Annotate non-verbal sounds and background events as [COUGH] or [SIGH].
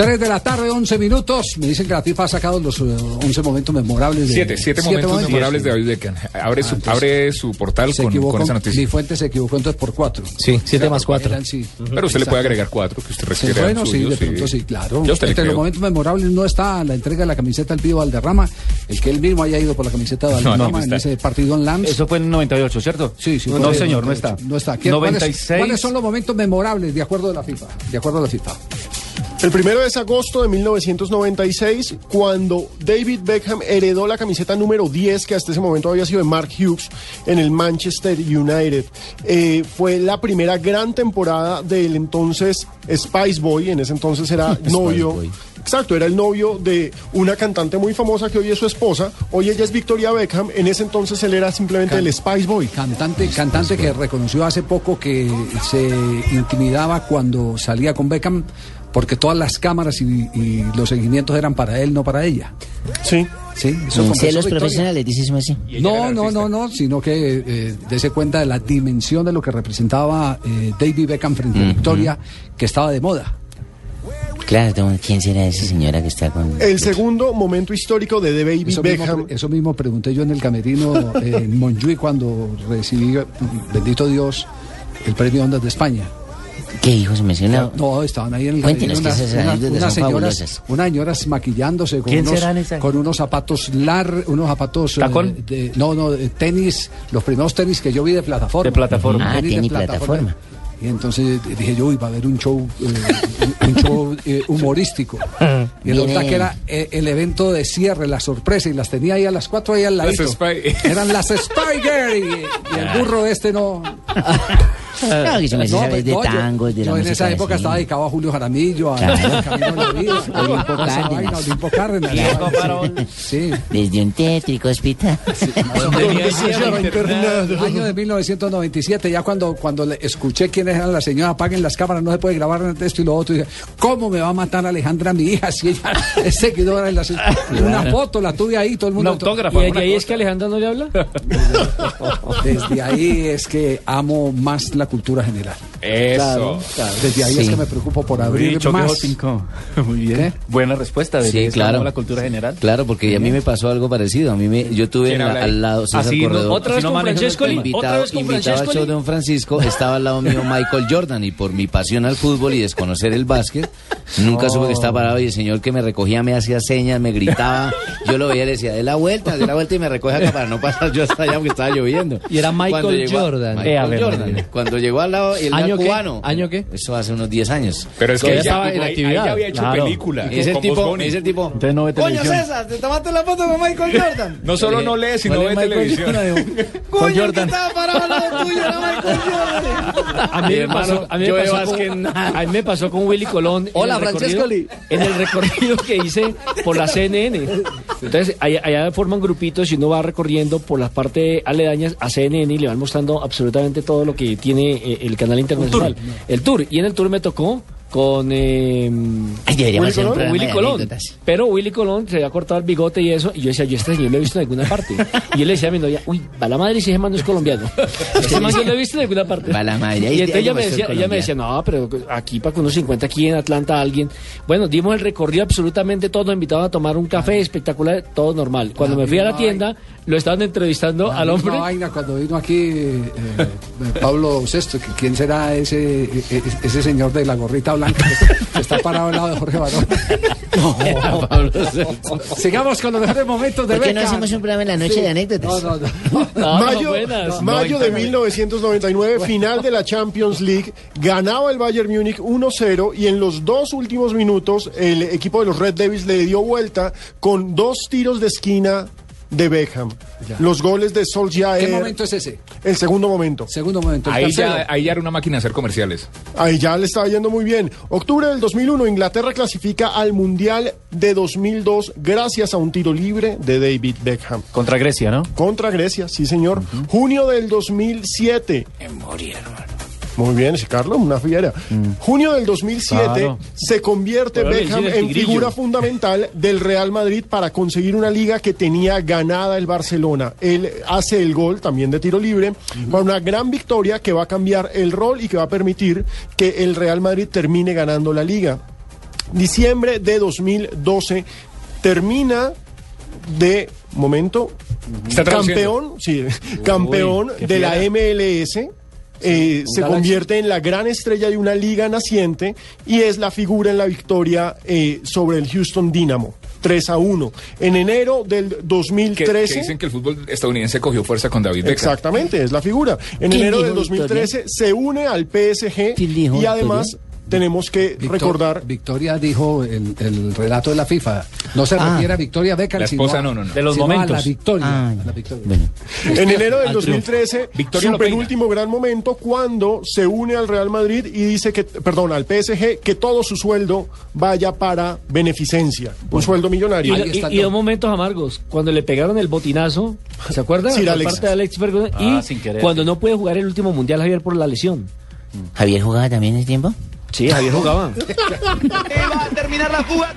3 de la tarde, 11 minutos. Me dicen que la FIFA ha sacado los eh, 11 momentos memorables. De, Siete, siete, momentos, memorables de David Beckham. Abre, su, abre su portal Ah, Se con, equivocó, con esa noticia. Mi fuente se equivocó entonces por 4. Sí, 7 más 4. sí. Pero usted le puede agregar cuatro que usted Sí, requiera. bueno, sí, suyo, de pronto sí, claro. Yo a usted le Entre los creo. momentos memorables no está la entrega de la camiseta al Pío Valderrama, el que él mismo haya ido por la camiseta de [LAUGHS] No, Valderrama no en está. ese partido en Lance. Eso fue en 98, ¿cierto? Sí, sí. No, fue de señor, no 98. está. No está. ¿Quién- cuáles- 96. ¿Cuáles son los momentos memorables de acuerdo a la FIFA? De acuerdo a la FIFA. El primero es agosto de 1996, cuando David Beckham heredó la camiseta número 10, que hasta ese momento había sido de Mark Hughes, en el Manchester United. Eh, fue la primera gran temporada del entonces Spice Boy, en ese entonces [LAUGHS] era novio. Exacto, era el novio de una cantante muy famosa que hoy es su esposa. Hoy ella es Victoria Beckham. En ese entonces él era simplemente el Spice Boy. Cantante, cantante que reconoció hace poco que se intimidaba cuando salía con Beckham porque todas las cámaras y, y los seguimientos eran para él, no para ella. Sí. Sí, eso confesó Celos Victoria. profesionales, dices así. No, no, no, no, sino que eh, dese cuenta de la dimensión de lo que representaba eh, David Beckham frente a Victoria, que estaba de moda. Claro, don, ¿quién será esa señora que está con.? El segundo momento histórico de The Baby Eso Beckham. mismo, eso mismo pregunté yo en el camerino eh, en Montjuic cuando recibí, bendito Dios, el premio Ondas de España. ¿Qué hijos mencionados? No, estaban ahí en el Cuéntenos camerino que esas anécdotas unas son señoras, fabulosas. unas señoras maquillándose con ¿Quién unos, serán esas? con unos zapatos lar, unos zapatos eh, ¿Tacón? de- no, no, de tenis, los primeros tenis que yo vi de plataforma. De plataforma. Ah, tenis plataforma. Y entonces eh, dije yo, uy, va a haber un show, eh, un un show eh, [LAUGHS] humorístico. Y Viene- resulta que era eh, el evento de cierre, la sorpresa, y las tenía ahí a las cuatro ahí al Las ladito. Spy- Eran [LAUGHS] las Spy Girl, y, y el burro este no, Claro, que se me no, sabe de no, yo- tangos, de yo la en esa música época latina. estaba dedicado a Julio Jaramillo, a Claro. Camino a la Vida, a [LAUGHS] Olimpo esa vaina, Cárdenas. Olimpo Cárdenas. Claro, Sí, Farol. Sí. Desde un tétrico hospital. Año de 1997, ya cuando, cuando le escuché quiénes eran las señoras, apaguen las cámaras, no se puede grabar en esto y lo otro. y dije, ¿cómo me va a matar Alejandra, mi hija, si ella [LAUGHS] es seguidora de las Una foto la tuve ahí, todo el Un mundo. autógrafo. ¿Y ahí es que Alejandra no le habla? [LAUGHS] Desde ahí es que amo más la cultura general. Eso. Desde ahí es Sí. que me preocupo por abrir más. [LAUGHS] Muy bien. ¿Qué? Buena respuesta de Sí, de- claro. la cultura general. Claro, porque a mí me pasó algo parecido. A mí me, yo tuve ¿Quién en la- habla ahí? al lado César Así no- Corredor. ¿Otra vez no con manejas el Francescoli? tema. ¿Otra Invitado, vez con invitado al show de Francescoli? Don Francisco, estaba al lado mío Michael Jordan y por mi pasión al fútbol y desconocer el básquet, nunca supe que estaba parado y el señor que me recogía me hacía señas, me gritaba, yo lo veía y le decía, de la vuelta, de la vuelta y me recoge acá para no pasar yo hasta allá porque estaba lloviendo. Y era Michael Cuando llegó a- Jordan. Michael Eh, a ver, Jordan. María. Cuando llegó al lado, el ¿Año qué? cubano. ¿Año qué? Eso hace unos 10 años. Pero es que Todavía ahí ya, estaba en ahí- ahí actividad. ya había hecho Claro. película. Es el con Bugs tipo, Bunny. es el tipo. Entonces no ve Coño televisión". César, te tomaste la foto con Michael Jordan. No solo no lee, sino ve televisión. [LAUGHS] Con Jordan. [LAUGHS] A mí, me hermano, pasó, a, mí me yo de pasó básquet, con, nada. a mí me pasó con Willy Colón. en Hola, el recorrido- Francescoli. En el recorrido que hice por la CNN. Entonces, allá, allá forman grupitos y uno va recorriendo por las partes aledañas a CNN y le van mostrando absolutamente todo lo que tiene eh, el canal internacional. El tour. Y en el tour me tocó con... eh, Ay, deberíamos hacer un programa Willy de Colón. anécdotas. Pero Willy Colón se había cortado el bigote y eso. Y yo decía, yo a este señor lo he visto en alguna parte. Y él le decía a mi novia, uy, va la madre si ese man no es [LAUGHS] colombiano. Ese man yo lo he visto en alguna parte. Va la madre, ahí- Y entonces ahí ella me, demuestra decía, el ella me decía, no, pero aquí para que uno se encuentra aquí en Atlanta alguien. Bueno, dimos el recorrido absolutamente todo. Invitaban a tomar un café espectacular, todo normal. Cuando me fui a la tienda, lo estaban entrevistando al hombre. Una vaina cuando vino aquí eh, eh, Pablo VI, que quién será ese, eh, eh, ese señor de la gorrita blanca que está- que está parado al lado de Jorge Barón. Sigamos con los mejores momentos de ¿Por qué no Beckham. hacemos un programa en la noche de anécdotas? No, no, no. [LAUGHS] No, no, Mayo, buenas. mayo de 1999, final de la Champions League, ganaba el Bayern Múnich 1-0 y en los dos últimos minutos el equipo de los Red Devils le dio vuelta con dos tiros de esquina de Beckham, los goles de Solskjaer. ¿Qué momento es ese? El segundo momento. Segundo momento. el Ahí tercero. ya, eh, ahí ya era una máquina de hacer comerciales. Ahí ya le estaba yendo muy bien. Octubre del 2001, Inglaterra clasifica al Mundial de 2002 gracias a un tiro libre de David Beckham. Contra Grecia, ¿no? Contra Grecia, sí señor. Junio del 2007. Memoria, hermano. Muy bien, ese Carlos, una fiera. Junio del 2007 Mm. Claro. se convierte Bueno, le Beckham dicen el en tigrillo. figura fundamental del Real Madrid para conseguir una liga que tenía ganada el Barcelona. Él hace el gol también de tiro libre, va a una gran victoria que va a cambiar el rol y que va a permitir que el Real Madrid termine ganando la liga. Diciembre de 2012 termina de momento Está traduciendo. campeón, sí, [LAUGHS] campeón qué de la fiera. MLS. eh, se Galaxy. convierte en la gran estrella de una liga naciente y es la figura en la victoria eh, sobre el Houston Dynamo 3 a 1 en enero del Que, 2013 que dicen que el fútbol estadounidense cogió fuerza con David Beckham. Exactamente, es la figura. En ¿Quién enero dijo del 2013 victoria? se une al PSG ¿Quién dijo y además tenemos que Victor- recordar Victoria dijo el, el relato de la FIFA. No se Ah. refiere a Victoria Beckham, La sino esposa, a- no, no, no. De los sino a momentos. la victoria. Ah, Ay, a la victoria. bueno. En enero del Al triunfo. 2013, Victoria su Lopeina. penúltimo gran momento cuando se une al Real Madrid y dice que, perdón, al PSG, que todo su sueldo vaya para beneficencia, un sueldo Y, millonario. Ahí está el y- y don. dos momentos amargos. Cuando le pegaron el botinazo, ¿se acuerdan? Sir Por Alex. parte de Alex Ferguson. Ah, y sin querer. cuando no puede jugar el último mundial, Javier, por la lesión. ¿Javier jugaba también en ese tiempo? Sí, Javier jugaba. Va a terminar la fuga.